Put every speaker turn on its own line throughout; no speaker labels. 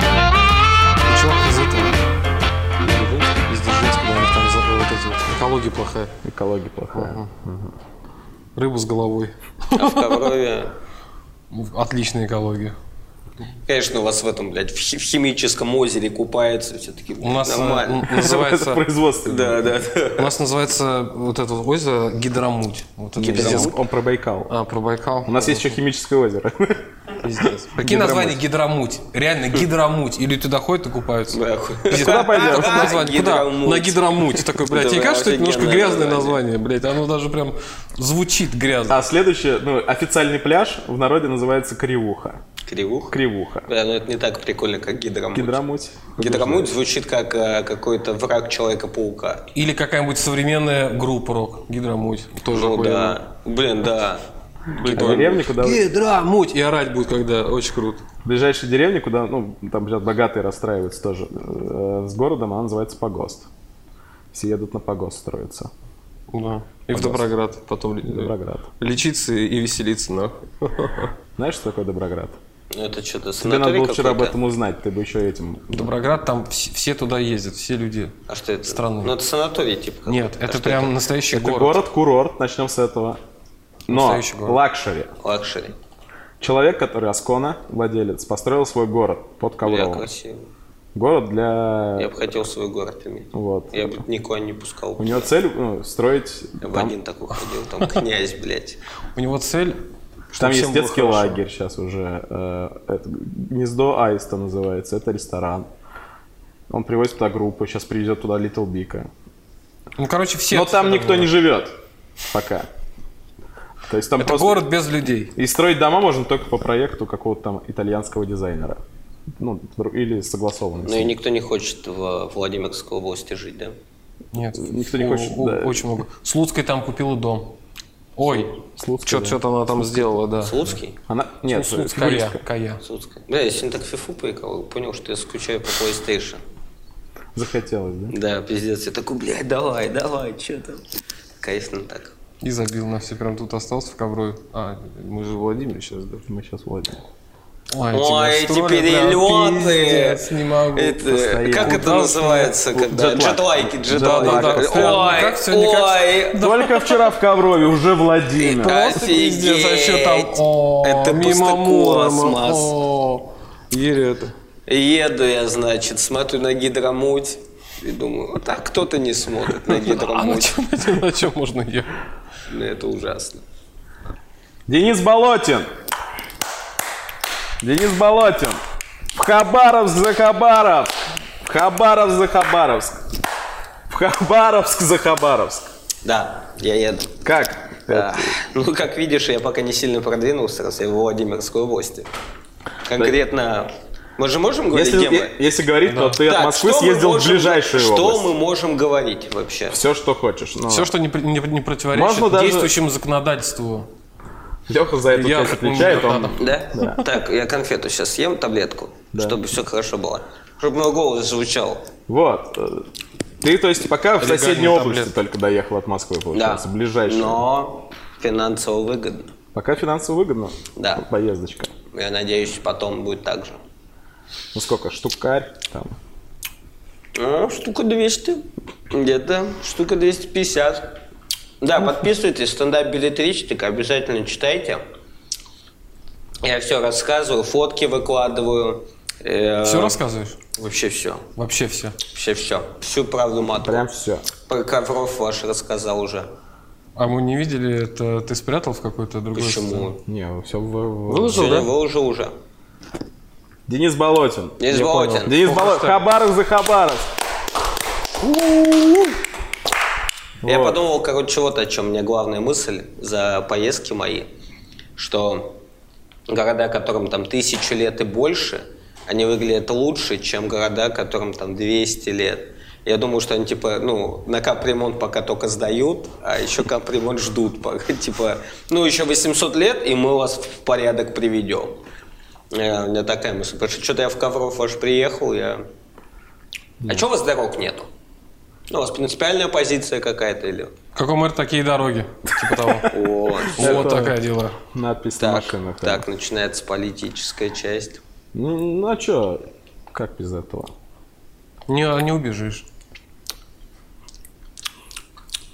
Почему из этого? Из Дзержинского, у них там за- вот эти вот, экология плохая.
Экология плохая.
Рыба с головой.
А в Коврове,
Отличная экология.
конечно, у вас в этом, блядь, в хи- в химическом озере купаются все-таки.
У нас э,
нормально.
н- называется...
производство.
Да, да, да.
У нас называется вот это вот озеро Гидромуть. Вот это
Гидромуть?
пиздец.
Он про Байкал.
А, про Байкал.
У нас есть еще химическое озеро.
Пиздец. Какие
Гидромуть.
названия гидромуть? Реально гидромуть. Или туда ходят и купаются?
Нахуй.
Куда пойдем?
Такое название. Куда?
Гидромуть.
На гидромуть. Такой, блядь, тебе
Да,
кажется, что это немножко
офигенное
грязное
название.
название, блядь. Оно даже прям звучит грязно.
А следующее, ну, официальный пляж в народе называется Кривуха.
Кривуха.
Кривуха.
Бля, ну это не так прикольно, как гидромуть.
Гидромуть.
Гидромуть звучит как э, какой-то враг Человека-паука.
Или какая-нибудь современная группа рок. Гидромуть. Тоже
Ну
охуенно.
да. Блин, да. Типа,
А деревни, куда...
Гидромуть. И орать будет, когда очень круто.
Ближайшая деревня, куда, ну, там сейчас богатые расстраиваются тоже э, с городом, она называется Погост. Все едут на Погост строиться.
Да. И в Доброград потом ле-
Доброград.
лечиться и веселиться, нахуй.
Знаешь, что такое Доброград?
Ну это что-то
Тебе надо
санаторий
было вчера об
какой-то?
этом узнать, ты бы еще этим...
Доброград, там вс- все туда ездят, все люди.
А что это?
Страны.
Ну это санаторий типа. какой-то.
Нет,
А
это
что
прям настоящий
Это
город.
город-курорт, начнем с этого. Но
Настоящий город.
лакшери.
Лакшери.
Человек, который Аскона, владелец, построил свой город под
Бля,
Ковровым.
красиво.
Город для...
Я бы хотел свой город иметь.
Вот.
Я бы никого не пускал.
У него цель ну, строить...
Я бы
там-
один такой ходил, там князь, блядь.
У него цель... чтобы
Там есть
всем было
детский
хорошо.
лагерь сейчас уже. э, это гнездо Аиста называется. Это ресторан. Он привозит туда группу. Сейчас привезет туда Литл Бика.
Ну, короче, все...
Но
отсюда
там никто не
будут.
живет. Пока. То есть там
Это
просто...
город без людей.
И строить дома можно только по проекту какого-то там итальянского дизайнера. Ну, дру- или согласованный. с
Ну и
ним.
никто не хочет в Владимирской области жить, да?
Нет.
Никто не
о-
хочет,
о-
да.
Очень много. Слуцкой там купила дом. Ой,
Слуцкой,
что
да.
то она там сделала, да.
Слуцкий?
Она... Нет, э,
Слуцкая.
фигуристка.
Кая.
Слуцкая. Бля, я сегодня так фифу поиграл, понял, что я скучаю по PlayStation.
Захотелось, да?
Да, пиздец. Я такой, блядь, давай, давай, что там? Кайфно так.
И забил на все. Прям тут остался в коврове. А, мы же в Владимире сейчас, да?
Мы сейчас вводим.
Ой, А
Ой,
тебя
эти
строили, прям
перелеты.
пиздец, не могу.
Это,
постоянно.
как это
Куда
называется, когда
Джетлаг.
джетлайки,
Да, да,
джетлайки.
да,
Ой,
как сегодня, как
ой,
Только вчера в Коврове, уже Владимир.
Просто пиздец, а что там?
Офигеть.
О,
Это
мимо
просто
Мурома.
космос.
О, еле это.
Еду я, значит, смотрю на гидромуть и думаю, вот так кто-то не смотрит на
А на
гидромуть.
чем, на чем, на чем можно ехать?
Ну, Это ужасно.
Денис Болотин. Денис Болотин. В Хабаровск за Хабаров. В Хабаровск за Хабаровск. В Хабаровск за Хабаровск.
Да, я еду.
Как?
Да. Ну, как видишь, я пока не сильно продвинулся, раз я в Владимирской области. Конкретно... Мы же можем говорить,
Если,
где мы?
е- если говорить, то ты
Так,
от Москвы
что мы
съездил в
можем-
ближайшую
Что
область.
мы можем говорить вообще?
Все, что хочешь. Ну,
Все, что не, при- не- не противоречит
Можно даже-
действующему законодательству.
Леха за это
Я
тоже
как
отвечает.
умею,
Он...
да-да.
Да? Так, я конфету сейчас съем, таблетку, чтобы все хорошо было. Чтобы мой голос звучал.
Вот. э, Ты, то есть, пока в соседней
Легальные
области
таблетки.
только доехал от Москвы,
Да.
получается, ближайшую.
Но финансово выгодно.
Пока финансово выгодно.
Да.
Поездочка.
Я надеюсь, потом будет так же.
Ну сколько? Штукарь там.
А, штука 200. Где-то штука 250. Да, подписывайтесь, стендап билетричник, обязательно читайте. Я все рассказываю, фотки выкладываю. э,
Все рассказываешь?
Вообще все.
Вообще все.
Вообще все. Всю правду матку.
Прям все.
Про ковров ваш рассказал уже.
А мы не видели, это ты спрятал в какой-то другой сцене?
Почему?
Не, все
Выложил,
Сегодня
да?
выложил уже.
Денис Болотин.
Денис
Я
Болотин.
понял. Денис
Сколько
Болотин.
ставит?
Хабаров за Хабаров.
Я
Вот.
подумал, короче, вот о чем. У меня главная мысль за поездки мои, что города, которым там тысячу лет и больше, они выглядят лучше, чем города, которым там 200 лет. Я думаю, что они типа, ну, на капремонт пока только сдают, а еще капремонт ждут. пока, Типа, ну, еще 800 лет, и мы вас в порядок приведем. Э, У меня такая мысль. Потому что что-то я в Ковров ваш приехал, я... А что у вас дорог нету? Ну, у вас принципиальная позиция какая-то или...
Какой мэр, такие дороги. Типа того.
Вот.
Вот такая дела.
Надпись на
Так,
машинах. да.
так, начинается политическая часть.
Ну, ну а чё? Как без этого?
Не, не убежишь.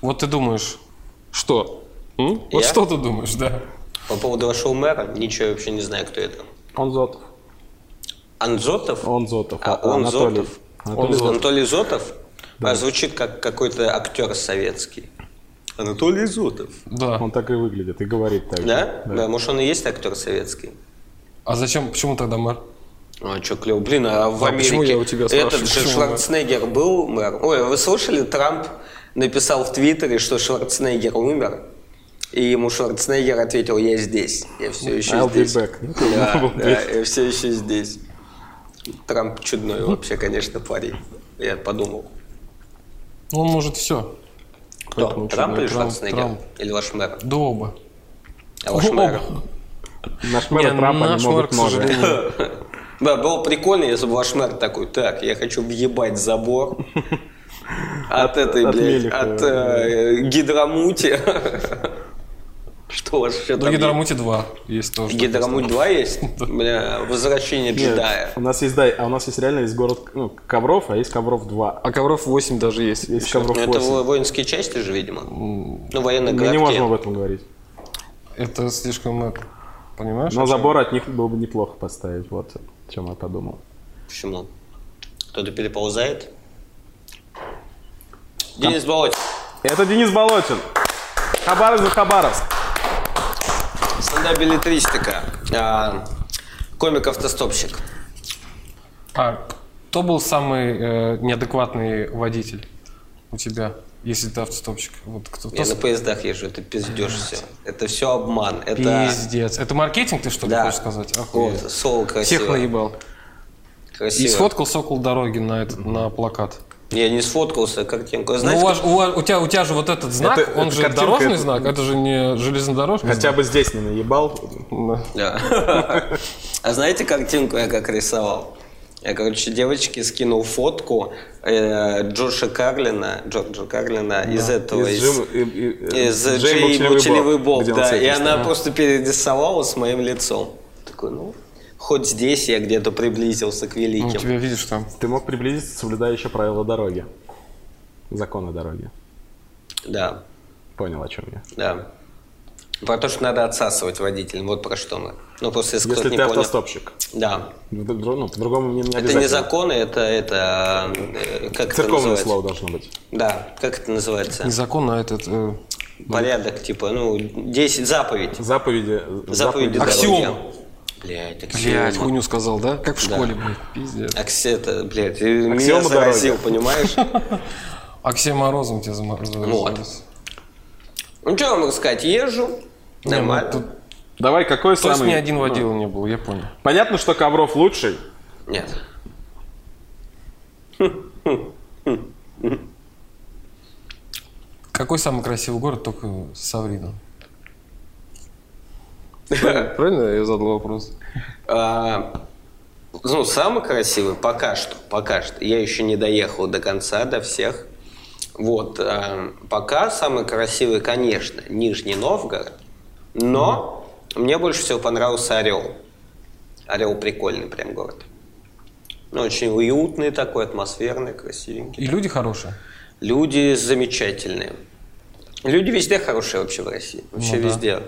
Вот ты думаешь, что? М? Вот
Я?
что ты думаешь, да?
По поводу вашего мэра, ничего я вообще не знаю, кто это.
Он Зотов.
Анзотов?
Он Зотов.
А, он
Анатолий.
Зотов.
Анатолий
Он Зотов.
Анатолий Зотов? А, звучит как какой-то актер советский. Анатолий Зотов.
Да.
Он так и выглядит, и говорит так. же.
Да? да? может, он и есть актер советский.
А зачем, почему тогда мэр?
Ну, а что, клево. Блин, а в
А
Америке
почему я у тебя спрашиваю,
этот же
почему
Шварценеггер был мэр? Ой, а вы слышали, Трамп написал в Твиттере, что Шварценеггер умер? И ему Шварценеггер ответил, я здесь, я все еще
I'll be
здесь.
back.
Да, да, я все еще здесь. Трамп чудной вообще, конечно, парень. Я подумал.
Ну, Он может все.
Кто?
Поэтому
Трамп
чудной.
или
Трамп,
Шварценеггер?
Трамп.
Или ваш мэр?
Да оба.
А ваш мэр?
Оба. Ну,
Наш мэр
Не,
и Трампа
наш
не
мэр,
могут
к
много.
сожалению.
Да, было прикольно, если бы ваш мэр такой, так, я хочу въебать забор от этой,
от
блядь,
Мелихова,
от э, гидромути. Что у вас еще
Ну,
там? есть?
Гидромути 2 есть тоже.
Гидромуть 2 есть? Бля, возвращение
Нет,
джедая.
у нас есть, да, а у нас есть реально есть город ну, Ковров, а есть Ковров 2.
А ковров 8 даже есть.
Есть Ковров
Ну, Это
8.
во- воинские части же, видимо. Ну, военные
Мы не можем об
городки.
этом говорить.
Это слишком это. Понимаешь?
Но забор от них было бы неплохо поставить, вот о чем я подумал.
Почему? Кто-то переползает? Денис Болотин.
Это Денис Болотин. Хабаров за Хабаровск.
Стендап-билетристика. А, Комик-автостопщик.
А кто был самый э, неадекватный водитель у тебя, если ты автостопщик? Вот кто?
Я
кто-
на поездах езжу, это пиздешь все. Это все обман. Это
Пиздец. Это маркетинг ты что ли
А. Да.
хочешь сказать? Охуеть.
вот, соло красиво.
Всех наебал. И
красиво.
сфоткал сокол дороги на этот на плакат.
Я не сфоткался, картинку.
Ну,
Знаете,
у, вас- у вас- у тебя, у тебя же вот этот знак,
Это-
он
это
же
картинка,
дорожный
это-
знак, это же не железнодорожный
Хотя бы здесь не наебал.
знак. Ну,
Да. А знаете картинку я как рисовал? Я, короче, девочке скинул фотку э, Джорджа Карлина, Джорджа Карлина из этого,
Из
из,
Джима- и- и- э,
из
Джей
Джей
Молчаливый
Молчаливый Боб,
где он с
да.
этим
И она просто перерисовала с моим лицом. Такой, ну, хоть здесь я где-то приблизился к
Ну,
великим.
тебя видишь там.
Ты мог приблизиться, соблюдая еще правила дороги. Законы дороги.
Да,
Понял, о чем я.
да. Про то, что надо отсасывать водителям, вот про что мы. Ну, просто если,
Если
кто-то
ты
не понял.
автостопщик.
Да.
Ну, дру- ну, по-другому не, не
Это не
обязательно.
законы, это, это э, как это
Церковное
называется?
слово должно быть.
Да, как это называется?
Незаконно этот. э,
Порядок, типа, ну, 10 заповедей.
Заповеди.
Заповеди
Аксиома.
Блять,
блядь,
аксиома.
хуйню сказал, да? Как в школе, блядь, пиздец.
Акси это, блядь, ты меня
Аксиома
заразил, понимаешь?
А к Всем Морозам тебя зам... за-
Вот.
за-
Ну, что вам сказать, езжу,
ну,
Тут-
нормально.
Давай, какой
То есть
самый...
ни один водила не был, я понял.
Понятно, что Ковров лучший.
Нет.
Какой самый красивый город, только Саврина? Правильно я задал вопрос?
А, Ну, самый красивый пока что, пока что. Я еще не доехал до конца, до всех. Вот, а, пока самый красивый, конечно, Нижний Новгород. Но мне больше всего понравился Орел. Орел прикольный прям город. Ну, очень уютный такой, атмосферный, красивенький.
И люди хорошие.
Люди замечательные. Люди везде хорошие вообще в России. Вообще
Ну да.
везде.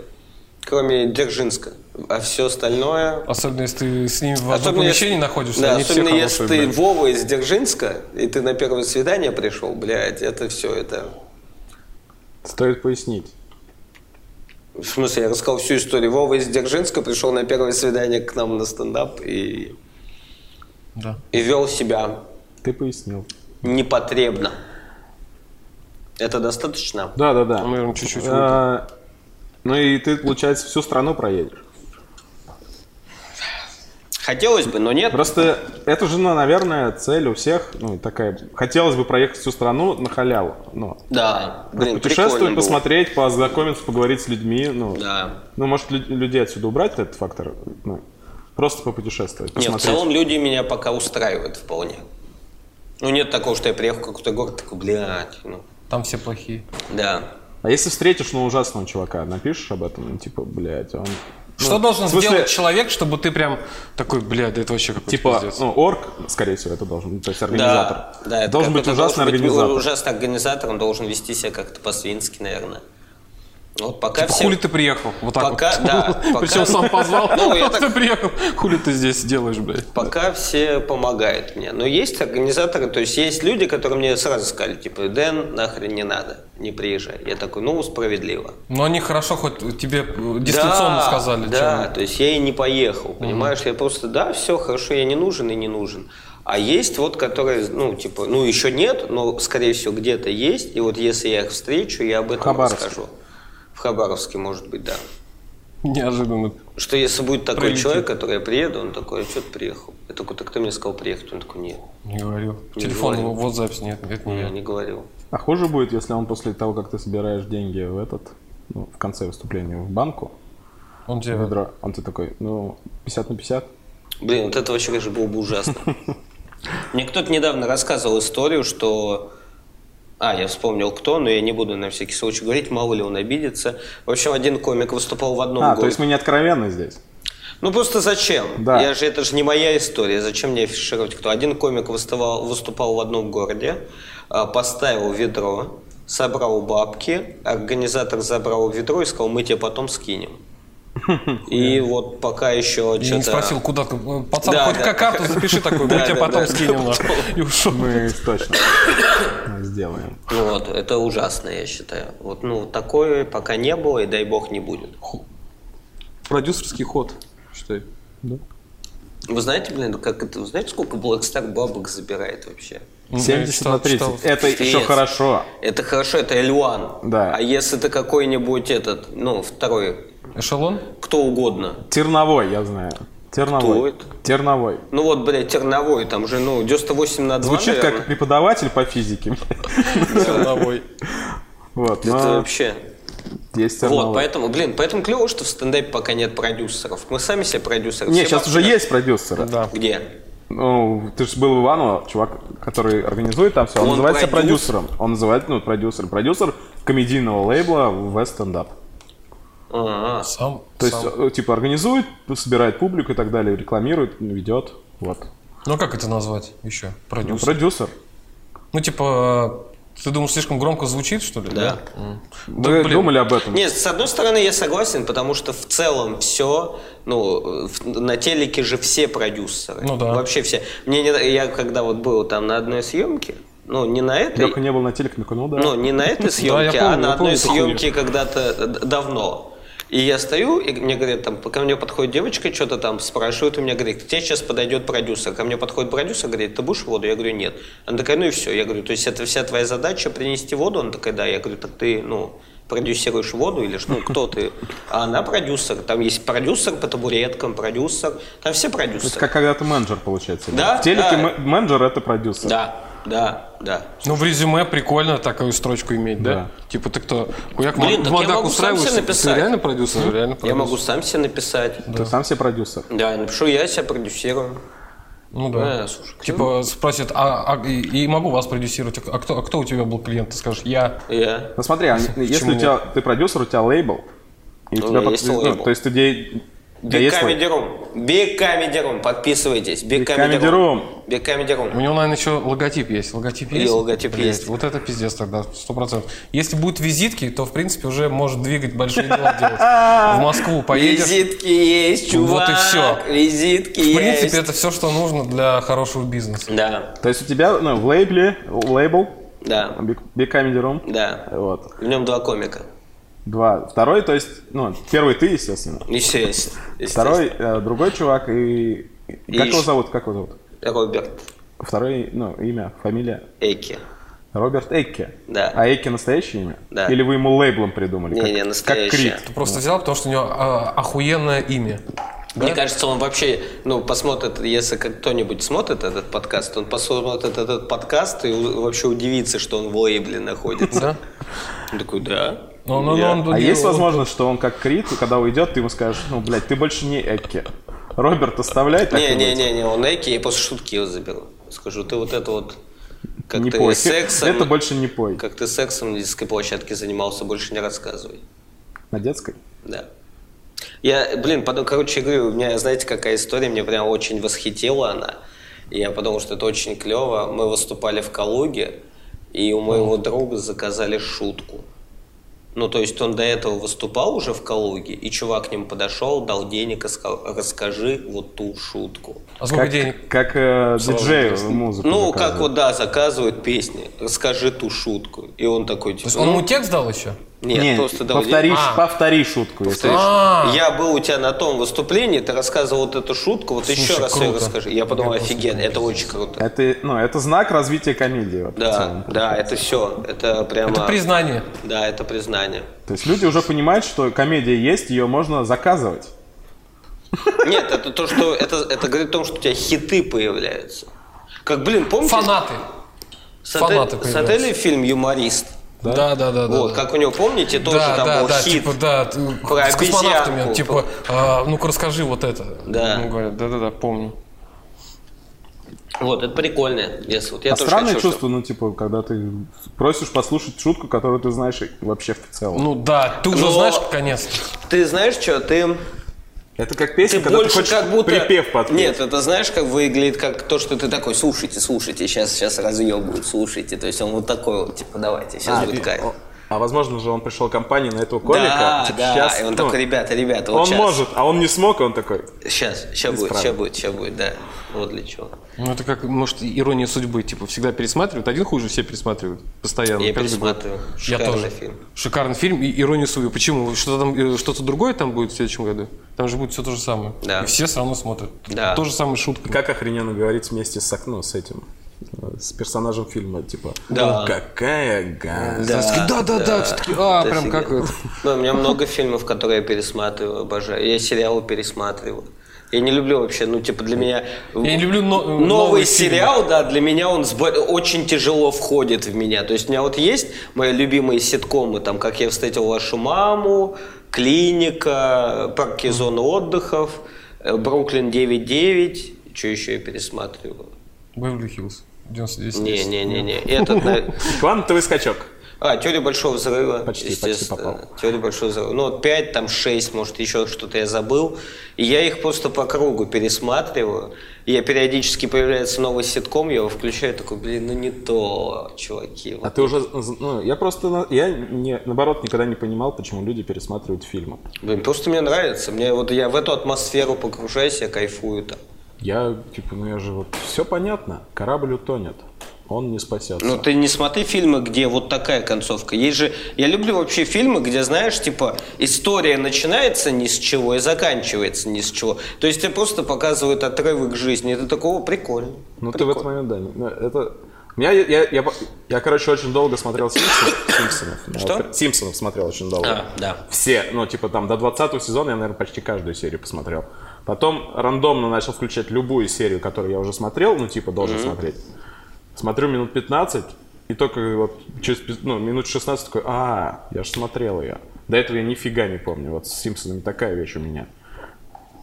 Кроме Дзержинска. А все остальное
Особенно если ты с ними в одном
Особенно
помещении
если-
находишься,
Да,
они все
особенно если
хорошие,
ты
блядь.
Вова из Дзержинска, и ты на первое свидание пришел, блядь, это все, это...
Стоит пояснить.
В смысле, я рассказал всю историю. Вова из Дзержинска пришел на первое свидание к нам на стендап и,
Да.
и вел себя
Ты пояснил.
непотребно. Это достаточно?
Да, да, да.
Ну, наверное, чуть-чуть.
А, ну и ты, получается, всю страну проедешь.
Хотелось бы, но нет.
Просто это же, ну, наверное, цель у всех, ну, такая, хотелось бы проехать всю страну на халяву, ну,
Да, блин,
путешествовать,
прикольно было.
посмотреть, познакомиться, поговорить с людьми, ну,
Да.
ну, может, лю- людей отсюда убрать этот фактор, ну, просто попутешествовать,
Не, в
посмотреть.
целом люди меня пока устраивают вполне. Ну, нет такого, что я приехал в какой-то город, такой, блядь, ну,
Там все плохие.
да.
А если встретишь, ну, ужасного чувака, напишешь об этом, ну, типа, блядь, он... ну,
Что должен
в смысле-
сделать человек, чтобы ты прям такой, блядь, да это вообще какой-то
Типа,
пиздец».
ну, орг, скорее всего, это должен быть, то есть организатор.
Да, да, это
должен быть
как- это
ужасный
должен быть
организатор.
Ужасный организатор, он должен вести себя как-то по-свински, наверное. Вот пока
Типа,
все...
хули ты приехал? Вот так
Пока-
вот.
да, пока-
Причем сам позвал.
Ну, я
Вот
так-
ты приехал. Хули ты здесь делаешь, блядь?
Пока все помогают мне. Но есть организаторы, то есть есть люди, которые мне сразу сказали, типа, Дэн, нахрен не надо, не приезжай. Я такой, ну, справедливо.
Но они хорошо хоть тебе э, дистанционно
Да,
сказали.
Да,
чем-
то есть я и не поехал, понимаешь? Я просто, да, все, хорошо, я не нужен и не нужен. А есть вот, которые, ну, типа, ну, еще нет, но, скорее всего, где-то есть. И вот если я их встречу, я об этом
Хабаровске.
расскажу. В Хабаровске, может быть, да.
Неожиданно.
Что если будет такой
Прилетит.
человек, который я приеду, он такой, а что ты приехал? Я такой, так кто мне сказал приехать? Он такой, нет,
Не говорил.
Не
Телефон,
говорил.
вот запись, нет, это не
я
я.
не говорил.
А хуже будет, если он после того, как ты собираешь деньги в этот, ну, в конце выступления в банку,
Он тебе...
ведро, он ты такой, ну, 50 на 50.
Блин, вот это вообще, конечно, было бы ужасно. Мне кто-то недавно рассказывал историю, что... А, я вспомнил кто, но я не буду на всякий случай говорить, мало ли он обидится. В общем, один комик выступал в одном
а,
городе.
то есть мы не откровенны здесь.
Ну просто зачем?
Да.
Я же, это же не моя история, зачем мне афишировать кто? Один комик выступал, выступал в одном городе, а, поставил ведро, собрал бабки, организатор забрал ведро и сказал, мы тебе потом скинем. И вот пока еще
Я не
что-то-
спросил, куда ты. э, Пацан,
Да,
хоть
да.
как карту запиши такой, мы
Да,
тебе
да,
потом
да.
скинем. нахуй. И ушел.
Мы точно сделаем.
Вот, это ужасно, я считаю. Вот, ну, такое пока не было, и дай бог не будет.
Продюсерский ход. Что это?
Вы знаете, блин, как это, вы знаете, сколько Blackstar бабок забирает вообще?
Ну, я
70
читал,
на 30.
читал.
Это еще
Пиздец.
хорошо.
Это хорошо, это L1.
Да.
А если ты какой-нибудь этот, ну, второй,
Эшелон?
кто угодно.
Терновой, я знаю. Терновой.
Кто это?
Терновой.
Ну вот, блядь, Терновой, там же, ну, 98 на 2,
Звучит как преподаватель по физике.
Черновой.
Вот,
Это
но
вообще...
есть
Вот,
а, Терновой.
поэтому, блин, поэтому клево, что в стендапе пока нет продюсеров. Мы сами себе продюсеры.
Не,
Все
сейчас
бабки-
уже есть продюсеры.
Да.
Где?
Ну, ты же был в Иваново, чувак, который организует там все. Он,
Он
называется
продюсер.
продюсером. Он называет, ну, продюсер. Продюсер комедийного лейбла в стендап.
А,
Сам.
То есть,
сам.
э, типа, организует, собирает публику и так далее, рекламирует, ведет. Вот.
Ну как это назвать еще?
Ну,
Продюсер.
Продюсер.
Ну типа, э, ты думаешь, слишком громко звучит, что ли?
Да.
М. Да,
Мы
блин.
думали об этом.
Нет, с одной стороны, я согласен, потому что в целом все, ну, э, в- на телеке же все продюсеры.
Ну да.
Вообще все. Мне не, я когда вот был там на одной съемке, ну, не на этой,
Лёха не был на телеке, ну, ну да.
ну, не на этой
я
съемке,
помню,
а на
я помню
одной
эту хуйню.
съемке когда-то э, д- давно. И я стою, и мне говорят, там, ко мне подходит девочка, что-то там спрашивает, у меня говорит, к тебе сейчас подойдет продюсер. Ко мне подходит продюсер, говорит, ты будешь воду? Я говорю, нет. Она такая, ну и все. Я говорю, то есть это вся твоя задача принести воду? Она такая, да. Я говорю, так ты, ну, продюсируешь воду или что? Ну, кто ты? А она продюсер. Там есть продюсер по табуреткам, продюсер. Там все
То есть,
продюсеры.
как когда-то менеджер, получается.
Да,
В телеке
да.
ме- менеджер – это продюсер.
Да, да, да.
Ну, в резюме прикольно такую строчку иметь, да? Типа ты кто? Хуяк
Блин, так я
мадак
могу сам себе
устраиваешься? Ты
написать.
реально продюсер? Реально
Я
продюсер.
могу сам себе написать.
Ты сам себе продюсер.
Да, я напишу, я себя продюсирую.
Ну да.
Э, слушай,
Типа спросят, а, а- и, и могу вас продюсировать, а кто, а кто у тебя был клиент? Ты скажешь, я.
Я.
Ну смотри, а если
Почему
у тебя, ты продюсер, у тебя лейбл, и у
Ну,
тебя
да,
под-
есть
ну,
лейбл.
то есть ты де... да,
Big
есть лейбл.
Comedy Room. Big Comedy Room. Подписывайтесь. Big Comedy
Comedy
Room. Big Comedy
У
Room.
него, наверное, еще логотип есть. Логотип
И
есть?
логотип
Блядь,
есть.
Вот это пиздец тогда, сто процентов. Если будут визитки, то, в принципе, уже может двигать большие дела делать. В Москву поедешь.
Визитки есть,
Вот и
чувак.
всё.
Визитки
В
есть.
принципе, это все, что нужно для хорошего бизнеса.
Да,
То есть у тебя ну, в лейбле, лейбл,
да,
Big, Big Comedy Room,
да.
вот,
В нем два комика.
два. Второй, то есть, ну, первый ты, естественно.
Естественно.
Второй, э, другой чувак, и...
И
Как его
ещё-
зовут, как его зовут?
Роберт
Второй, ну, имя, фамилия.
Эки.
Роберт Экки.
Да.
А Экки настоящее имя?
Да.
Или вы ему лейблом придумали?
Не,
как,
не, настоящее.
Как Крид.
Ты просто взял, потому что у него а, охуенное имя.
Мне кажется, он вообще, ну, посмотрит, если как- кто-нибудь смотрит этот подкаст, он посмотрит этот подкаст и у- вообще удивится, что он в лейбле находится.
Да?
Он такой, да.
Ну, ну, ну,
я».
он-
А
он-
есть
он-
возможность, что он как Крид, и когда уйдет, ты ему скажешь, ну, блядь, ты больше не Экки. Роберт оставляй так и
Не,
будет.
не, не, не, он Эки, я после шутки его заберу. Скажу, ты вот это вот как
не
ты
пой.
сексом,
Это больше не пой.
как ты сексом на детской площадке занимался, больше не рассказывай.
На детской?
Да. Я, блин, потом, короче, я говорю, у меня, знаете, какая история, меня прям очень восхитила она. И я подумал, что это очень клево. Мы выступали в Калуге, и у моего друга заказали шутку. Ну, то есть он до этого выступал уже в Калуге, и чувак к ним подошел, дал денег и сказал, расскажи вот ту шутку.
А сколько
как,
денег?
Как э, диджею музыку.
Ну,
заказывают.
как вот, да, заказывают песни, расскажи ту шутку. И он такой,
То
типа,
есть он
«Ну,
ему текст дал еще?
нет,
Не,
просто дал денег».
повтори,
А.
повтори шутку. если-
Слышь,
А.
я был у тебя на том выступлении, ты рассказывал вот эту шутку, вот
Слушай,
еще раз ее
круто.
расскажи. Я подумал,
Я просто
офигенно, это очень круто.
Это, ну, это знак развития комедии. вот, в
Да,
целом.
да, это все, это прямо...
Это признание.
Да, это признание.
То есть люди уже понимают, что комедия есть, ее можно заказывать.
Нет, это то, что... Это, это говорит о том, что у тебя хиты появляются. Как, блин, помните...
Фанаты.
смотри-
фанаты появляются.
Смотрели фильм «Юморист»?
Да, да, да, да.
вот, как у него, помните, тоже
да,
там
да,
был
да,
хит.
типа, да, ты-
Про
с космонавтами,
обезьянку.
типа, а, ну-ка расскажи вот это.
Да.
Ему говорят, да-да-да, помню.
Вот, это прикольно. Yes, вот я
а
тоже
странное
хочу, чтоб-
чувство, ну, типа, когда ты просишь послушать шутку, которую ты знаешь и вообще в целом.
Ну да, ты уже
Но-
знаешь конец.
Ты знаешь что, ты...
это как песня,
Ты
когда ты
больше
хочешь
как будто...
припев подпеть.
Нет, это знаешь, как выглядит, как то, что ты такой, слушайте, слушайте, сейчас, сейчас разъебывают, слушайте. То есть он вот такой вот, типа, давайте, сейчас
А,
будет
и-
кайф.
о- а возможно же он пришел к компании на этого комика.
да,
типа,
да,
щас,
и он
ну,
такой, ребята, ребята, вот
он
сейчас.
может, а он не смог, и он такой.
Сейчас, сейчас будет, сейчас будет, сейчас будет, да. Вот для чего.
Ну, это как, может, ирония судьбы, типа, всегда пересматривают. Один хуже все пересматривают. Постоянно.
Я
каждый год.
пересматриваю.
Я
Шикарный
тоже.
фильм.
Шикарный фильм и иронию судьбы. Почему? Что-то там, э, что-то другое там будет в следующем году? Там же будет все то же самое.
Да.
И все все равно смотрят.
Да.
То же самое шутка.
Как охрененно говорить вместе с окно, с этим, э, с персонажем фильма, типа,
Да.
«Ну, какая га.
Да, да, да, да. Все такие, а,
это
прям как
офигенно.
это.
Ну, у меня много фильмов, которые я пересматриваю, обожаю. Я сериалы пересматриваю. Я не люблю вообще, ну, типа, для меня...
Я не люблю но- э,
Новый,
новые фильмы.
сериал, да, для меня он сбо- очень тяжело входит в меня. То есть у меня вот есть мои любимые ситкомы, там, «Как я встретил вашу маму», «Клиника», «Парки и зоны отдыхов», э, «Бруклин 9.9», что еще я пересматриваю?
Беверли Хиллз. 99
Не-не-не-не, этот, на-
Квантовый скачок.
а, теория большого взрыва.
Почти, почти
естественно.
попал.
Теория большого взрыва. Ну, вот 5, там 6, может, еще что-то я забыл. И я их просто по кругу пересматриваю. И я периодически появляется новый ситком, я его включаю, такой, блин, ну не то, чуваки.
А
Вот.
ты уже, ну, я просто, на- я не, наоборот никогда не понимал, почему люди пересматривают фильмы.
Блин, просто мне нравится. Мне вот я в эту атмосферу погружаюсь, я кайфую там.
Я, типа, ну я же вот, все понятно, корабль утонет, он не спасется.
Ну, ты не смотри фильмы, где вот такая концовка. Есть же... Я люблю вообще фильмы, где, знаешь, типа, история начинается ни с чего и заканчивается ни с чего. То есть тебе просто показывают отрывок жизни. Это такого прикольно.
Ну, ты в этот момент, да. не- ну, Это... У меня, я, я, я, по- я, короче, очень долго смотрел «Симпсонов». «Симпсонов». Да,
Что?
вот «Симпсонов» смотрел очень долго.
А, да.
Все, ну, типа там до 20 сезона я, наверное, почти каждую серию посмотрел. Потом рандомно начал включать любую серию, которую я уже смотрел, ну, типа, должен смотреть. Смотрю минут 15, и только вот через пи- ну, минут 16 такой, а, я же смотрел ее. До этого я нифига не помню. Вот с «Симпсонами» такая вещь у меня.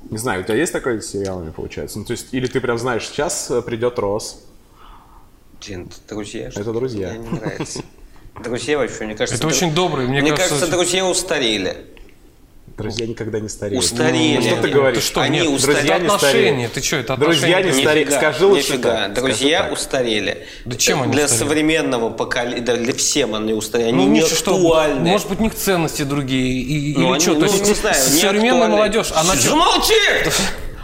Не знаю, у тебя есть такое с сериалами, получается? Ну, то есть, или ты прям знаешь, сейчас э, придет Рос.
Блин, это друзья.
Это друзья.
Мне не нравится. Друзья вообще, мне кажется...
Это
дру-
очень добрый, мне кажется,
кажется,
очень-
друзья устарели.
Друзья никогда не стареют.
Устарели.
Ну, Что ты
Нет,
говоришь?
Ты что,
Они
нет,
устарели.
это
Друзья не
отношения.
стареют.
Ты что, это
Друзья не
отношения?
стареют. Старик,
Нифига,
скажи лучше
нифига.
так,
Друзья
скажи так.
устарели.
Да чем они
Для
устарели?
современного поколения, да, для всем они устарели. Они
ну,
не
Миша, что,
актуальны.
может быть, у них ценности другие, и-
Ну,
или
они-
что?
ну,
То есть
не знаю, не
современная
актуальны.
молодежь, она чё-
Замолчи!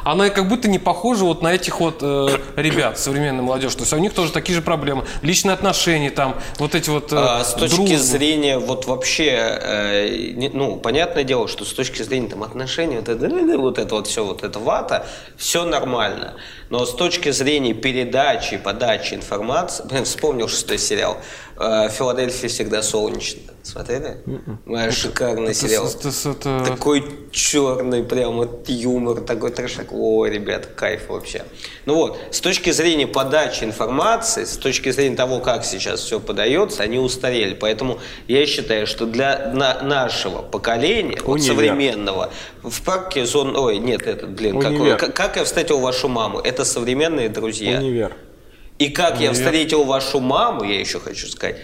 Она как будто не похожа вот на этих вот э, ребят, современной молодежь. То есть у них тоже такие же проблемы. Личные отношения там, вот эти вот... э,
А, с точки
дружбы.
зрения вот вообще, э, не- ну, понятное дело, что с точки зрения там отношений, вот это, э, вот это вот все, вот это вата, все нормально. Но с точки зрения передачи, подачи информации, блин, вспомнил шестой сериал, э, «Филадельфия всегда солнечно». Смотрели? Моя шикарный
М-м. Это с-
сериал.
это с- это-
Такой черный прям вот юмор, такой трешак. О, ребят, кайф вообще. Ну вот, с точки зрения подачи информации, с точки зрения того, как сейчас все подается, они устарели. Поэтому я считаю, что для на- нашего поколения, вот
Универ.
современного, в парке зон... Ой, нет, это, блин, как,
Универ.
как- как я встретил вашу маму? Это современные друзья.
Универ.
И как я
Нет.
встретил вашу маму, я еще хочу сказать,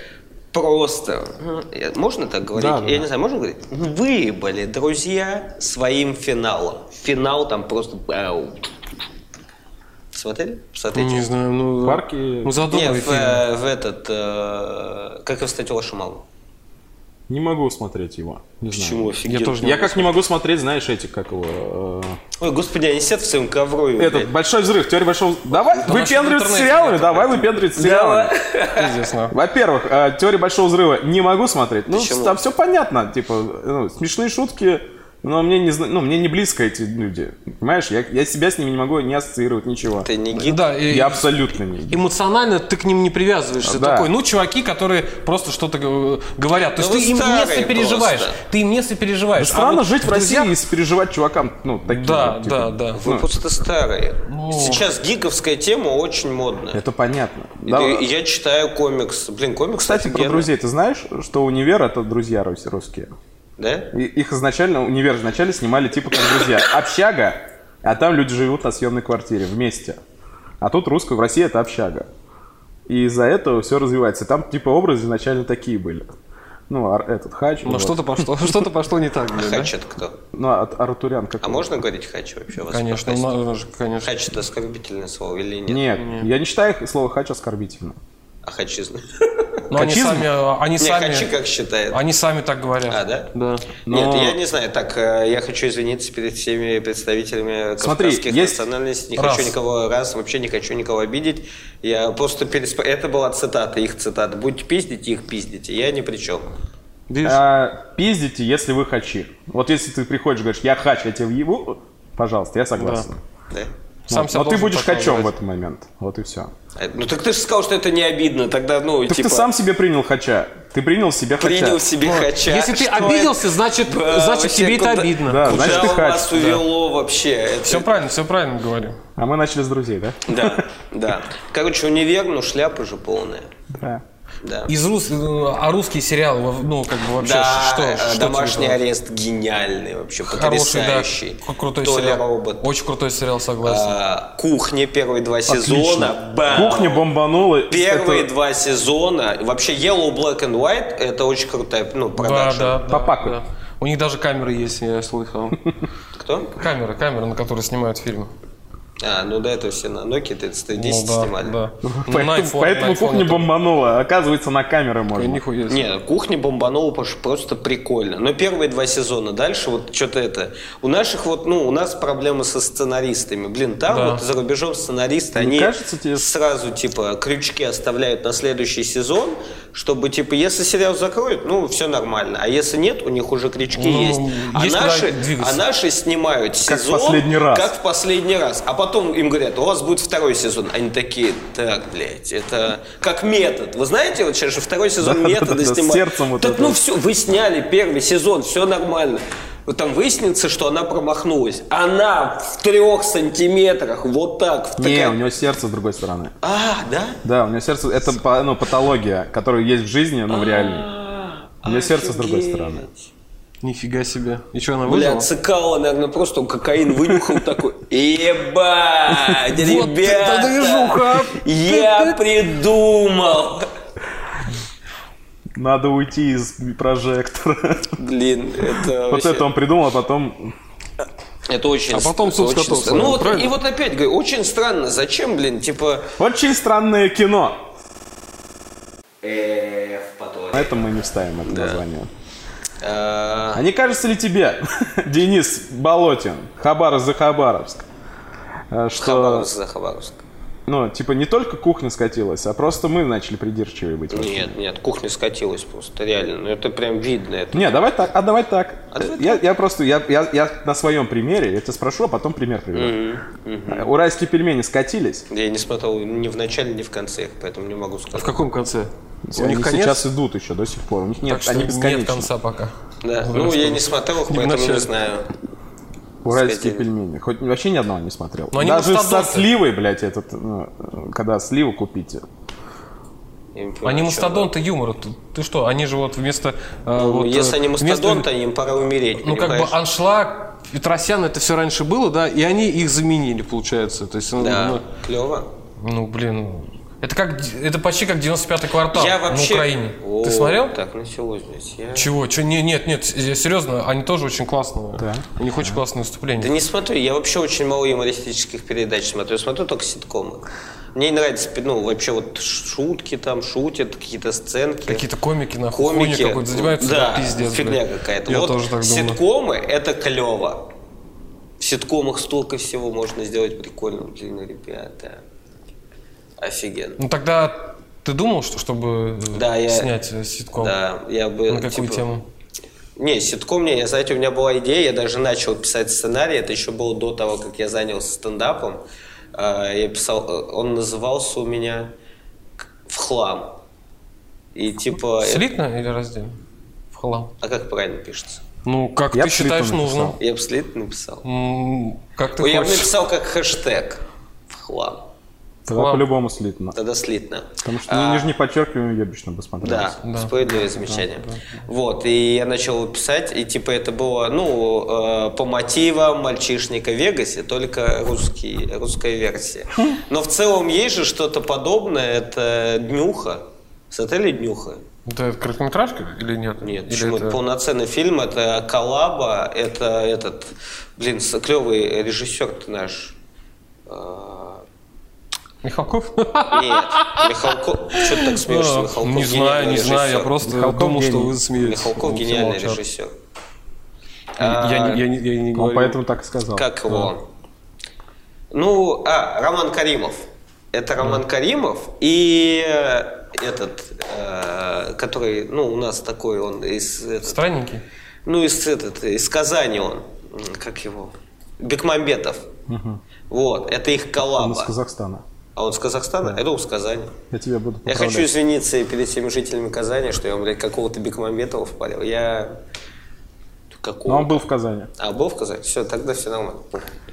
просто, э, можно так говорить?
Да, да,
я
да.
не знаю, можно говорить? Ну, Вы были друзья своим финалом. Финал там просто... ау. Смотрели? Смотрите.
Не знаю, ну...
Парки-
Ну,
Не,
задумай
в,
фильм.
э, в этот... э, как я встретил вашу маму?
Не могу смотреть его. Не знаю.
Почему? Офигенно.
Я тоже не
Я как не могу смотреть, знаешь, эти, как его... э,
Ой, господи, они сидят в своем ковру. и,
Этот,
блядь,
«Большой взрыв», «Теория большого взрыва». Давай
Да, в
выпендриваться
интернете
сериалами,
нет,
давай выпендриваться сериалами.
э,
Пиздец, нахуй.
Во-первых, э, «Теория большого взрыва» не могу смотреть. Ну,
Почему?
там все понятно, типа, ну, смешные шутки, но мне не, зна- ну, мне не близко эти люди. Понимаешь, я, я себя с ними не могу не ассоциировать, ничего.
Ты не гид?
Да, и-
Я абсолютно не...
эмоционально ты к ним не привязываешься.
Да.
Такой, ну, чуваки, которые просто что-то г- говорят. То есть
Да Ну, вы
ты им не
старые
сопереживаешь.
просто.
Ты им не сопереживаешь. А
Странно
вот
жить в
друзья-
России и переживать чувакам, ну, такие.
Да,
вот, типа.
да, да.
Вы просто старые.
Ну.
Сейчас гиковская тема очень модная.
Это понятно.
И
Да.
ты- и я читаю комикс. Блин, комикс
Кстати, про
офигенный.
друзей. Ты знаешь, что «Универ» — это друзья рус- русские?
Да?
И- их изначально, «Универ» изначально снимали типа как друзья. Общага, а там люди живут на съемной квартире вместе. А тут русская в России — это общага. И из-за этого все развивается. И Там типа образы изначально такие были. Ну, ар- этот, Хач.
Но
вот.
что-то пошло, что-то пошло не
А
так, блин, да?
Хач это кто?
Ну, а- Артурян как
А можно говорить хач вообще? у вас в
Конечно,
подкасте?
ну, же, конечно.
Хач это оскорбительное слово или нет?
Нет, я не считаю их- слово «хач» оскорбительным.
А хачизм?
Но они
Хачизм?
сами, э, они
Не,
сами,
хачи как считают.
они сами так говорят.
А, да?
Да.
Но-
Нет, я не знаю. Так, э, я хочу извиниться перед всеми представителями
Смотри,
кавказских
есть
национальностей. Не
рас.
хочу никого раз, вообще не хочу никого обидеть. Я просто пересп... Это была цитата, их цитата. Будь пиздите, их пиздите. Я ни при чем.
Видишь?
А, пиздите, если вы хачи. Вот если ты приходишь и говоришь, я хач, я тебе въебу, пожалуйста, я согласен.
Да?
Сам
Вот.
себя
Но ну, ты
должен
будешь хачом
показывать.
в этот момент. Вот и все.
А, Ну так ты же сказал, что это не обидно. Тогда, ну,
Так
типа...
ты сам себе принял хача. Ты принял себя хача.
принял себе хача.
Если ты
Что
обиделся, значит,
Да,
значит
вообще,
тебе это
куда-
обидно.
Да.
это? Куда
значит, ты хач,
а вас увело вообще? Это-
Все правильно, все правильно говорим.
А мы начали с друзей, да?
Да, да. Короче, универ, ну шляпа же полная.
Да.
Да.
Из рус... э, А русские сериалы, во- ну, как бы вообще,
Да,
что,
э,
что тебе
домашний
нравится?
арест гениальный вообще,
Хороший, да.
потрясающий.
К- Крутой
Толя
сериал.
робот.
Очень крутой сериал, согласен.
А, Кухня первые два сезона.
Отлично.
бам.
Кухня бомбанула.
Первые
Это
два сезона. Вообще Yellow, Black and White это очень крутая, ну,
Да,
продакшн.
да, да,
Папака.
да. У них даже камеры есть, я слыхал.
Кто?
Камера, камера, на которой снимают фильмы.
А, ну до этого все на Nokia 3010
Ну да,
снимали.
да. Ну, на
Поэтому,
iPhone,
поэтому
на iPhone
кухня
это-
бомбанула. Оказывается, на камеры
Ой,
можно.
Нихуя. себе.
Не, кухня бомбанула, потому что просто прикольно. Но первые два сезона, дальше вот что-то это. У наших вот, ну, у нас проблемы со сценаристами. Блин, там
Да.
вот за рубежом сценаристы, они
кажется тебе-
сразу, типа, крючки оставляют на следующий сезон, чтобы, типа, если сериал закроют, ну, все нормально. А если нет, у них уже крючки
Ну,
есть. А,
есть куда
наши,
двигаться.
а наши снимают
Как в
сезон...
последний раз.
Как в последний раз. А потом им говорят, у вас будет второй сезон. Они такие, так, блядь, это как метод. Вы знаете, вот сейчас же второй сезон
Да, да,
метода
да, да, с
снимают.
сердцем вот
так,
это
ну,
вот.
все, вы сняли первый сезон, все нормально. Вот там выяснится, что она промахнулась. Она в трех сантиметрах, вот так. в
Не,
такая-
у него сердце с другой стороны.
А, да?
Да, у него сердце... Это по- ну, патология, которая есть в жизни, но в реальной. У него сердце с другой
А, Офигеть.
стороны.
Нифига себе. И что, она
Бля,
выжила?
цикала, наверное, просто он кокаин вынюхал такой. Ебать,
Вот это
ребята,
движуха.
я придумал.
Надо уйти из прожектора.
Блин, это
Вот
вообще-
это он придумал, а потом...
Это очень...
А потом
это
суд с
очень
котом
странно.
сломал,
Ну вот,
правильно?
и вот опять говорю, очень странно, зачем, блин, типа...
Очень странное кино.
Э, в
На
потоке.
этом мы не вставим это название.
А,
А не кажется ли тебе, Денис Болотин, Хабаров за Хабаровск, э, что,
Хабаровск за Хабаровск.
ну, типа, не только кухня скатилась, а просто мы начали придирчивее быть? в этом?
Нет, нет, кухня скатилась просто, реально. Ну это прям видно. Это...
Не, давай так, а давай так.
А давай
я, я просто, я, я, я на своем примере, я тебя спрошу, а потом пример приведу. Э, Уральские пельмени скатились,
Я не смотрел ни в начале, ни в конце их, поэтому не могу
А
сказать.
В каком конце? У
они
них конец?
сейчас идут еще до сих пор, у них
Так
нет,
что
они бесконечны.
нет конца пока.
Да. Ну, я не смотрел их,
Не в
поэтому не
начале.
знаю.
Уральские
Скатились.
пельмени. Хоть вообще ни одного не смотрел.
Но они
Даже со
мастодонты.
сливой, блядь, этот, ну, когда сливу купите.
Я не понимаю,
Они
о чём
мастодонты юмора. Ты, ты что, они же вот вместо... э,
вы.
вот, э,
Ну, Если они
вместо-
мастодонты, им пора умереть,
Ну, как бы
понимаешь?
аншлаг, Петросян, это все раньше было, да, и они их заменили, получается. То есть, ну,
Да, клево.
ну, ну, блин, Это, как, д- это почти как 95-й квартал
Я
на
вообще...
Украине.
О,
Ты смотрел?
Так началось здесь. Я...
Чего? Чего? Не, нет, нет, с- серьезно, они тоже очень классные. У них очень классные выступления.
Да не смотрю, я вообще очень мало юмористических передач смотрю, смотрю только ситкомы. Мне не нравится, ну, вообще вот ш- шутки там, шутят, какие-то сценки.
Какие-то комики на
комики.
какой-то занимаются,
да,
пиздец.
фигня
блядь.
какая-то.
Я
вот
тоже так думаю.
ситкомы — это клево. В ситкомах столько всего можно сделать прикольно. Блин, ребята, офигенно.
Ну тогда ты думал, что чтобы э,
Да, я-
снять э, ситком?
Да, я бы...
На какую
типа,
тему?
Не, ситком мне, я, знаете, у меня была идея, я даже начал писать сценарий, это еще было до того, как я занялся стендапом. А, Я писал, э, он назывался у меня к- «В хлам». И типа... э,
Слитно или раздельно? В хлам.
А как правильно пишется?
Ну, как
Я
ты
б слитно
считаешь
написал.
нужным?
Я бы слит написал.
М, Как ты
Ой, я бы
хочешь.
написал как хэштег «В хлам».
Тогда
Ладно.
по-любому слитно.
Тогда слитно.
Потому что ну, нижний подчеркивание ебично бы смотрелось.
А, Да, справедливое замечание. Вот, и я начал писать, и типа это было, ну, э, по мотивам мальчишника в Вегасе, только русский, русская версия. Но в целом есть же что-то подобное, это «Днюха», с отеля «Днюха».
Это короткометражка или нет?
Нет,
Или
почему?
это-
Это полноценный фильм, это коллаба, это этот, блин, клевый режиссер ты наш. Э,
Михалков?
Нет, Михалков, что ты так смеешься, Михалков?
Не знаю,
гениальный
не знаю, я
режиссер.
просто
Михалков
думал, что
гений.
вы смеетесь.
Михалков
Ну, все
гениальный
молчат.
режиссер. А,
Я, не- я, не- я не
Он
Ну,
говорю.
поэтому так и сказал.
Как его? Ну, а, Роман Каримов. Это Роман Каримов и э, этот, э, который, ну, у нас такой он из, этот,
Странники?
ну, из, этот, из Казани он, М, как его, Бекмамбетов. Вот, это их
Он из
коллаба.
Казахстана.
А он с Казахстана? Я думал, с Казани.
Я тебя буду
Я
поправлять.
хочу извиниться перед всеми жителями Казани, что я, вам, блядь, какого-то Бекмамбетова впалил. Я... Какого?
Ну,
Но он был в Казани.
А, был в Казани? Все, тогда все нормально.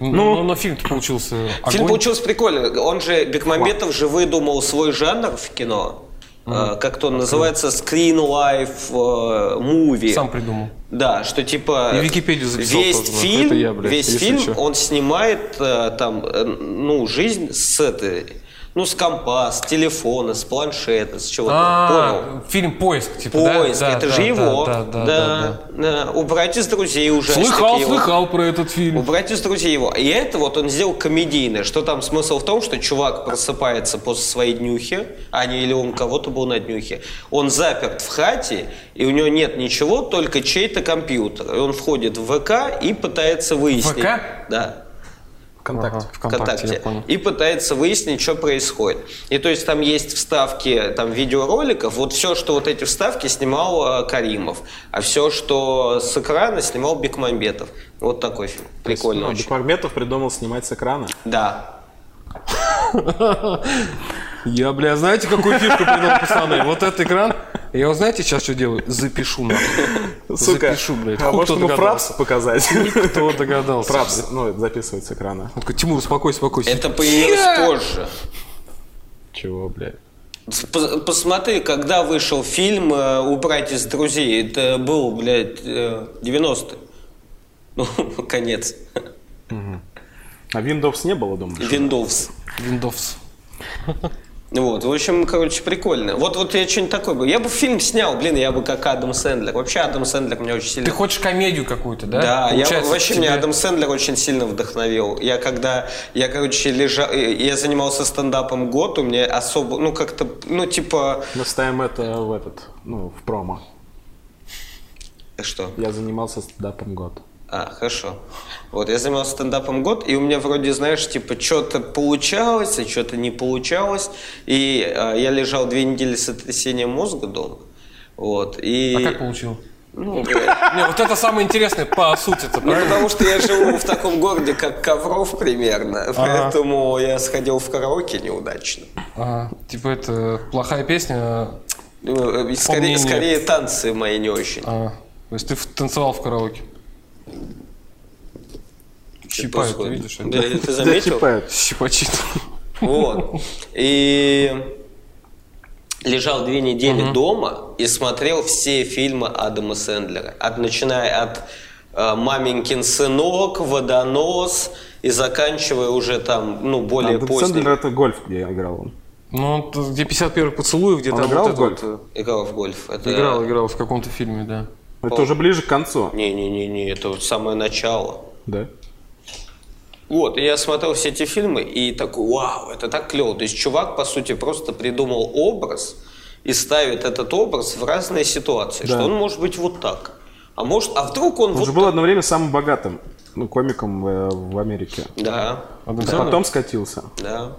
Ну, ну, но фильм-то получился
Фильм
огонь.
получился прикольный. Он же, Бекмамбетов же выдумал свой жанр в кино. Э, Как-то он называется Screen Life э, Movie.
Сам придумал.
Да, что типа...
И Википедию записал
Весь
тоже, ну,
фильм,
это я, блядь,
весь
если
фильм
чё.
он снимает э, там, э, ну, жизнь с этой... Ну, с компа, с телефона, с планшета, с чего-то. Понял?
А, фильм «Поиск», типа, да?
Поиск,
Да,
это
да,
же
да,
его.
Да, да, да.
да. Убрать из друзей уже.
да. Слыхал, слыхал про этот фильм.
Убрать из друзей его. И это вот он сделал комедийное. Что там смысл в том, что чувак просыпается после своей днюхи, а не или он кого-то был на днюхе. Он заперт в хате, и у него нет ничего, только чей-то компьютер. И он входит в ВК и пытается выяснить.
ВК?
Да.
Ага,
ВКонтакте,
я понял.
и пытается выяснить, что происходит. И то есть там есть вставки там, видеороликов, вот все, что вот эти вставки снимал э, Каримов, а все, что с экрана снимал Бекмамбетов. Вот такой фильм. Прикольно
Ну,
очень.
Бекмамбетов придумал снимать с экрана.
Да.
Я, бля, знаете, какую фишку придумал, пацаны? Вот этот экран. Я вот знаете, сейчас что делаю? Запишу нахуй.
Сука,
Запишу, блядь.
а
Хуй
может
кто
ему
догадался.
фрапс показать?
Кто догадался?
Фрапс, ну, это записывать с экрана.
Он такой, Тимур, успокойся, успокойся.
Это появилось позже.
Чего, блядь?
Пос- Посмотри, когда вышел фильм э, «Убрать из друзей». Это был, блядь, э, 90-е. Ну, конец.
А Windows не было, думаешь?
Windows.
Windows.
Вот, в общем, короче, прикольно. Вот, вот я что-нибудь такое бы. Я бы фильм снял, блин, я бы как Адам Сэндлер. Вообще Адам Сэндлер меня очень сильно...
Ты хочешь комедию какую-то, да?
Да, я
Получается,
вообще меня
тебе- А
Адам Сэндлер очень сильно вдохновил. Я когда, я короче лежал, э, я занимался стендапом год, у меня особо, ну как-то, ну типа,
Мы ставим это в этот, ну, в промо.
что?
Я занимался стендапом год.
А, хорошо. Вот, я занимался стендапом год, и у меня вроде, знаешь, типа, что-то получалось, а что-то не получалось. И э, я лежал две недели с сотрясением мозга дома. Вот, и...
А как получил?
Ну, блядь.
Не, вот это самое интересное, по сути-то,
Ну,
правильно?
потому что я живу в таком городе, как Ковров примерно, поэтому я сходил в караоке неудачно.
Ага, типа это плохая песня.
а,
Ну, э, Скорее,
мнению-
скорее танцы мои не очень.
а, то есть ты в- танцевал в караоке. Щипают, ты
Происходит.
видишь?
Да, ты заметил?
типа,
Щипачит.
Вот. И лежал две недели дома и смотрел все фильмы Адама Сэндлера. От, начиная от э, «Маменькин сынок», «Водонос» и заканчивая уже там, ну, более
Адам Сэндлер
поздним.
это гольф, где я играл.
Ну, вот где 51 поцелуев, где
Он
там
играл
вот
в
это
гольф?
вот,
Играл в гольф. Это...
э, Играл, играл в каком-то фильме, да.
Это уже ближе к концу.
Не-не-не, это вот самое начало.
Да.
Вот, и я смотрел все эти фильмы и такой, вау, это так клево. То есть чувак, по сути, просто придумал образ и ставит этот образ в разные ситуации. Что он может быть вот так. А может, а вдруг он,
Он
вот
же был одно время самым богатым ну, комиком э, в Америке.
так- Да, ну.
А потом скатился.
да.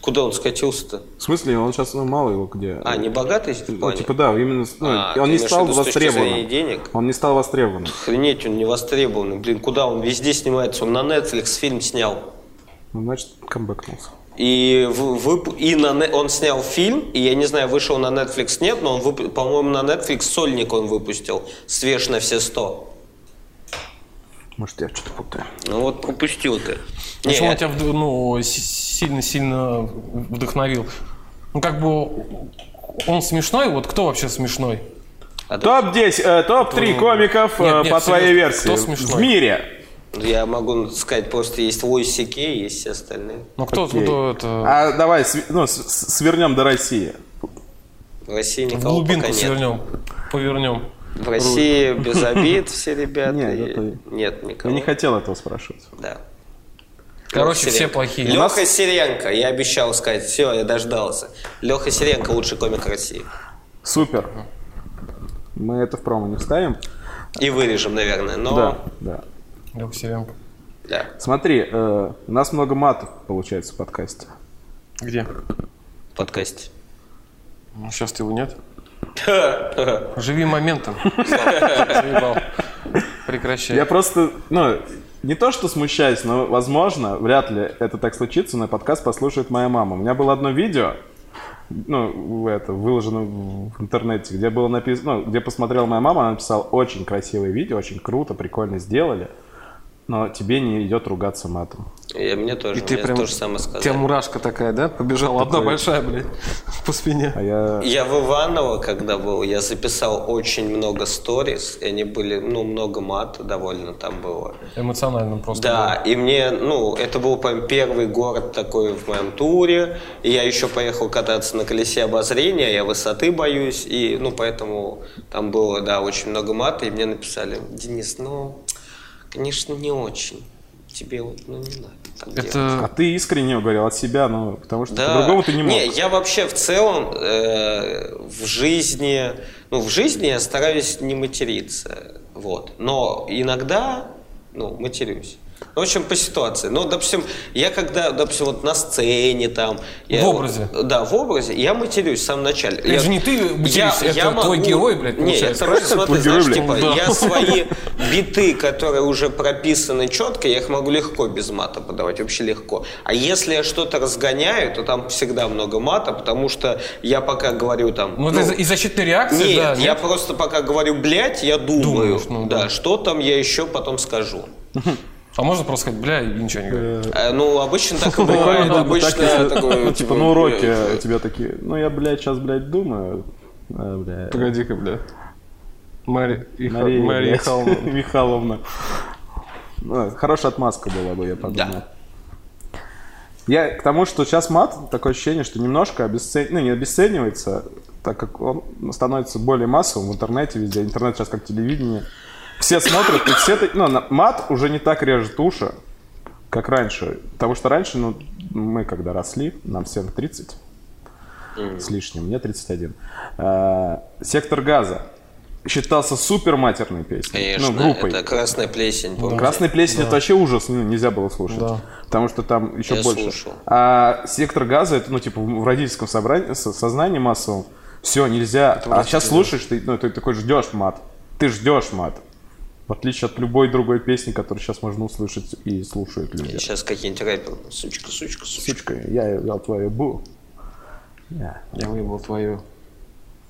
Куда он скатился-то?
В смысле, он сейчас, ну, мало его где.
А, не богатый в
Ну,
плане?
типа, да, именно, ну,
А, ты
он не
имеешь в
стал
виду с точки зрения
востребованным.
денег?
Он не стал востребованным.
Охренеть, он не востребованный. Блин, куда он везде снимается? Он на Netflix фильм снял.
Ну, значит, камбэкнулся.
И, в- вып- и на, не- он снял фильм, и я не знаю, вышел на Netflix, нет, но он, вып- по-моему, на Netflix сольник он выпустил. Свеж на все сто.
Может, я что-то путаю.
Ну вот пропустил ты. Не,
Почему
я-
он тебя вд- ну, си- сильно-сильно вдохновил? Ну, как бы он смешной, вот кто вообще смешной?
а то-
Топ-10, топ-3 э, комиков
Нет,
э,
нет,
по твоей
серьезно,
версии.
кто
в
смешной?
мире.
Я могу сказать, просто есть Луис Сикей, есть все остальные.
Ну, кто,
Окей.
кто это?
А давай св- ну, с- с- свернем до России.
В России
в
никого
глубинку
пока нет.
свернем, повернем.
В России без обид все ребята.
Нет,
и-
это-
Нет никого.
Я не хотел этого спрашивать.
Да.
Короче, все плохие.
нас-
Леха Серенко, я обещал сказать, все, я дождался. Леха Серенко лучший комик России.
Супер. Мы это в промо не вставим.
И вырежем, наверное, но...
Да, да.
Лёх Серенко.
Да.
Смотри, э, у нас много матов получается в подкасте.
Где?
в подкасте.
Ну, сейчас его нет. Живи моментом. Заебал.
Я
Прекращай.
просто, ну, не то что смущаюсь, но, возможно, вряд ли это так случится, но подкаст послушает моя мама. У меня было одно видео, ну, в это, выложено в интернете, где было написано, ну, где посмотрела моя мама, она написала очень красивое видео, очень круто, прикольно сделали, но тебе не идет ругаться матом.
И мне тоже.
И ты
мне
прям-
то же самое
У
сказали.
тебя мурашка такая, да? Побежала одна большая, блядь, по спине.
А я...
Я в Иваново, когда был, я записал очень много сториз, и они были, ну, много мата довольно там было.
Эмоционально просто.
Да, и мне, ну, это был, по первый город такой в моем туре, и я еще поехал кататься на колесе обозрения, я высоты боюсь, и, ну, поэтому там было, да, очень много мата, и мне написали, Денис, ну, конечно, не очень, тебе вот, ну, не надо так делать».
А
Это
ты искренне говорил от себя, ну, потому что
Да.
по-другому ты не мог.
я вообще в целом э, в жизни, ну, в жизни я стараюсь не материться, вот. Но иногда, ну, матерюсь. В общем, по ситуации. Ну, допустим, я когда, допустим, вот на сцене там... я-
образе.
Да, в образе. Я матерюсь в самом начале.
Это же не ты материшься, это твой герой, блядь,
Нет,
получается.
короче, смотри,
Твой герой,
знаешь,
блядь.
типа,
Ну да.
я свои биты, которые уже прописаны четко, я их могу легко без мата подавать, вообще легко. А если я что-то разгоняю, то там всегда много мата, потому что я пока говорю там...
ну,
ну,
это и защитные реакции,
нет,
да.
я
нет?
просто пока говорю, блядь, я думаю,
Думаешь, ну
да,
да.
что там я еще потом скажу.
А можно просто сказать, бля, и ничего не говорить.
Э, ну, обычно так и бывает,
Прикольно, ну,
обычно
так, если,
такое,
ну, типа, на уроке у тебя такие, ну, я, блядь, сейчас, блядь, думаю. А, блядь.
Погоди-ка, бля. Мари... и Ха-
Мария,
Мария
блядь,
Михайловна.
Михайловна. Ну, Хорошая отмазка была бы, я подумал.
Да.
Я к тому, что сейчас мат, такое ощущение, что немножко обесцен... ну, не обесценивается, так как он становится более массовым в интернете везде. Интернет сейчас как телевидение. Все смотрят, и все... так- Ну, на- мат уже не так режет уши, как раньше. Потому что раньше, ну, мы когда росли, нам всем 30 с лишним, мне 31. А, Сектор газа считался супер матерной песней.
Конечно,
ну, группой.
это красная плесень. помните?
Красная плесень это вообще ужас, ну, нельзя было слушать. Потому что там еще
Я
больше.
слушал.
А сектор газа это, ну, типа, в родительском собрании, со- сознании массовом. Все, нельзя. а сейчас слушаешь, ты, ну, ты такой ждешь мат. Ты ждешь мат. В отличие от любой другой песни, которую сейчас можно услышать и слушают люди.
Сейчас какие-нибудь рэперы. Сучка, сучка, сучка.
Сучка, я взял твою бу. Я.
Я выебал твою.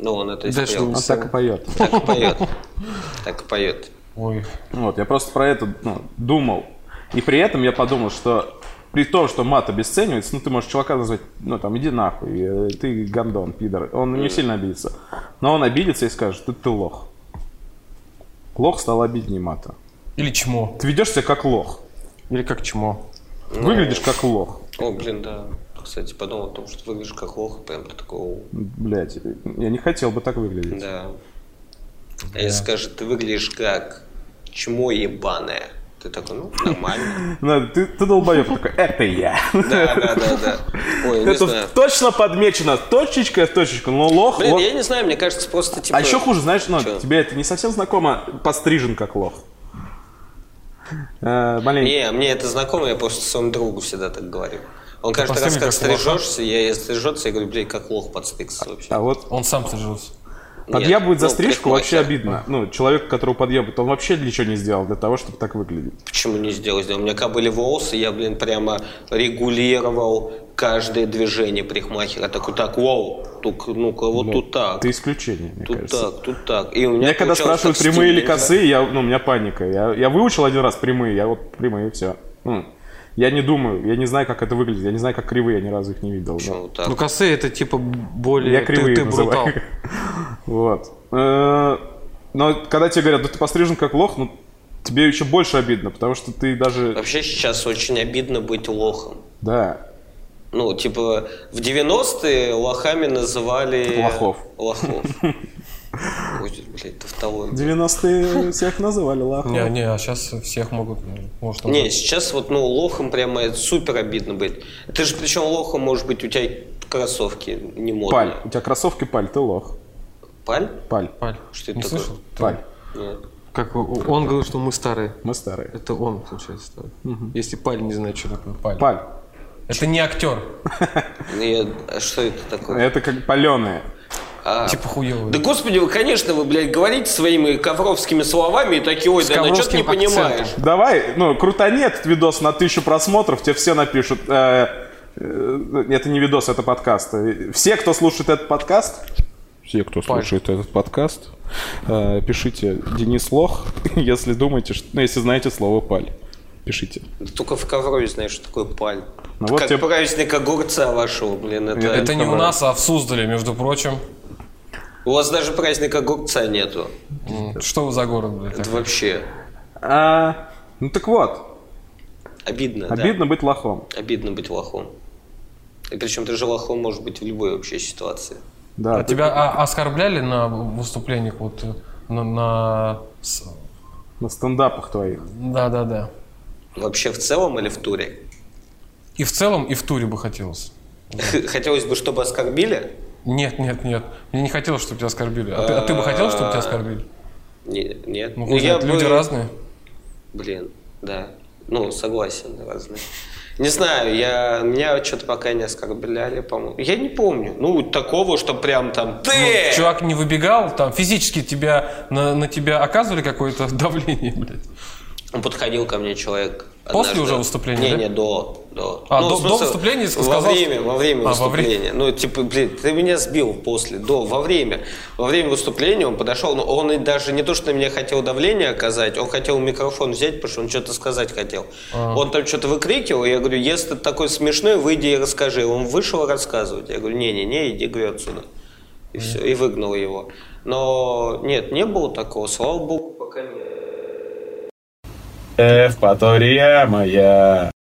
Ну, он это
Дальше
испел.
вы-
Он так и поет.
Так и поет. Так и поет.
Ой.
Вот, я просто про это ну, думал. И при этом я подумал, что при том, что мат обесценивается, ну ты можешь чувака назвать, ну там иди нахуй, э, ты гандон, пидор. Он не сильно обидится. Но он обидится и скажет, ты, ты лох. Лох стал обиднее мата.
Или чмо.
Ты ведешь себя как лох.
Или как чмо.
Ну. Выглядишь как лох.
О, блин, да. Кстати, подумал о том, что выглядишь как лох, прям ты такой, «Оу».
Блять, я не хотел бы так выглядеть.
да. А если скажет, ты выглядишь как чмо ебаное, ты такой, ну, нормально.
Ну, ты, ты долбоеб такой, это я.
Да, да, да, да. Ой, не
Это
знаю.
точно подмечено, точечка в точечку, но лох,
Блин,
лох.
я не знаю, мне кажется, просто типа...
А еще хуже, знаешь, ну,
Чё?
тебе это не совсем знакомо, пострижен как лох. Э, маленький.
Не, мне это знакомо, я просто своему другу всегда так говорю. Он каждый раз,
Постригся
как
как лох, а?
стрижешься, я, я стрижется, я говорю, блядь, как лох подстригся вообще.
А вот
Он сам сожился.
подъебывать за
ну,
стрижку вообще
парикмахер.
обидно. Ну, человек, которого подъебывают, он вообще ничего не сделал для того, чтобы так выглядеть.
Почему не сделал? Сделал. У меня как были волосы, я, блин, прямо регулировал каждое движение парикмахера. Такой, так, вау, тук- ну-ка, вот тут так,
Ну, Ты исключение, мне
тут
кажется.
так, тут так. И у меня
Меня когда
получалось так
спрашивают, прямые или
стильно, да.
косые, я, ну, у меня паника. Я, я выучил один раз прямые, я вот прямые, все. Я не думаю, я не знаю, как это выглядит, я не знаю, как кривые, я ни разу их не видел. да.
Почему вот так?
Ну, косые это типа более...
Я кривые
ты, ты брутал.
называю. Вот. Э, Но когда тебе говорят, да ты пострижен как лох, ну тебе еще больше обидно, потому что ты даже...
Вообще сейчас очень обидно быть лохом.
Да.
Ну, типа, в 90-е лохами называли...
Лохов.
Лохов. Ой, блядь, тавтология.
90-е всех называли лохом.
Не, не, а сейчас всех могут, ну, может, он-
Не, сейчас вот, ну, лохом прямо это супер обидно быть. Ты же причем лохом, может быть, у тебя кроссовки не
Паль.
модные.
У тебя кроссовки паль, ты лох.
Паль?
Паль.
Паль,
Что это
не
такое?
слышал? Ты-
Паль.
Нет.
Как у- он говорил, что мы старые.
Мы старые.
Это он, получается. старый. Если парень не знает, что такое.
Паль.
Паль.
Это не актер.
Ну, я- а что это такое? А,
Это как паленые.
Типа хуёвый.
Да господи, вы, конечно, вы, блядь, говорите своими ковровскими словами и такие, ой, да ну что ты не
ковровским
понимаешь?
Давай, ну, крутани этот видос на тысячу просмотров, тебе все напишут. э, э, это не видос, это подкаст. Э, Все, кто слушает этот подкаст, все, кто слушает этот подкаст, э, пишите Денис Лох, если думаете, что, ну, если знаете слово паль. Пишите.
Только в коврове знаешь, что такое паль.
Ну вот
как
тебе-
праздник огурца вашего, блин, это...
Это не у нас, а в Суздале, между прочим.
У вас даже праздника огурца нету.
М, Что вы за город, блядь?
Это
такой?
вообще
А, ну так вот,
обидно, да.
обидно быть лохом.
Обидно быть лохом. И причем ты же лохом может быть в любой вообще ситуации.
Да.
А
ты-
тебя а, оскорбляли на выступлениях вот э, на, на... с-
На стендапах твоих.
Да, да, да.
Вообще в целом или в туре?
И в целом, и в туре бы хотелось.
Хотелось бы, чтобы оскорбили?
Нет, нет, нет. Мне не хотелось, чтобы тебя оскорбили. А ты, а ты бы хотел, чтобы тебя оскорбили?
Не- нет.
Ну,
Ну,
хуй
я
знает, люди
бы-
разные.
Блин, да. Ну, согласен, разные. Не знаю, я, меня что-то пока не оскорбляли, по-моему. Я не помню. Ну, такого, что прям там ну, ты!
Ну, Чувак не выбегал, там физически тебя на, на тебя оказывали какое-то давление, блядь.
Он подходил ко мне человек.
После
однажды.
уже выступления,
Не,
да?
не, до. до.
А,
в
до- до выступления
во
сказал, что-
время, во время
А, во время.
выступления. Ну, типа, блин, ты меня сбил после, до, во время. Во время выступления он подошел, но он и даже не то, что на меня хотел давление оказать, он хотел микрофон взять, потому что он что-то сказать хотел.
А.
Он там что-то выкрикивал, я говорю, если ты такой смешной, выйди и расскажи. Он вышел рассказывать. Я говорю, не-не-не, иди, говорю, отсюда. И все, и выгнал его. Но нет, не было такого, слава богу, пока нет.
Эвпатория моя.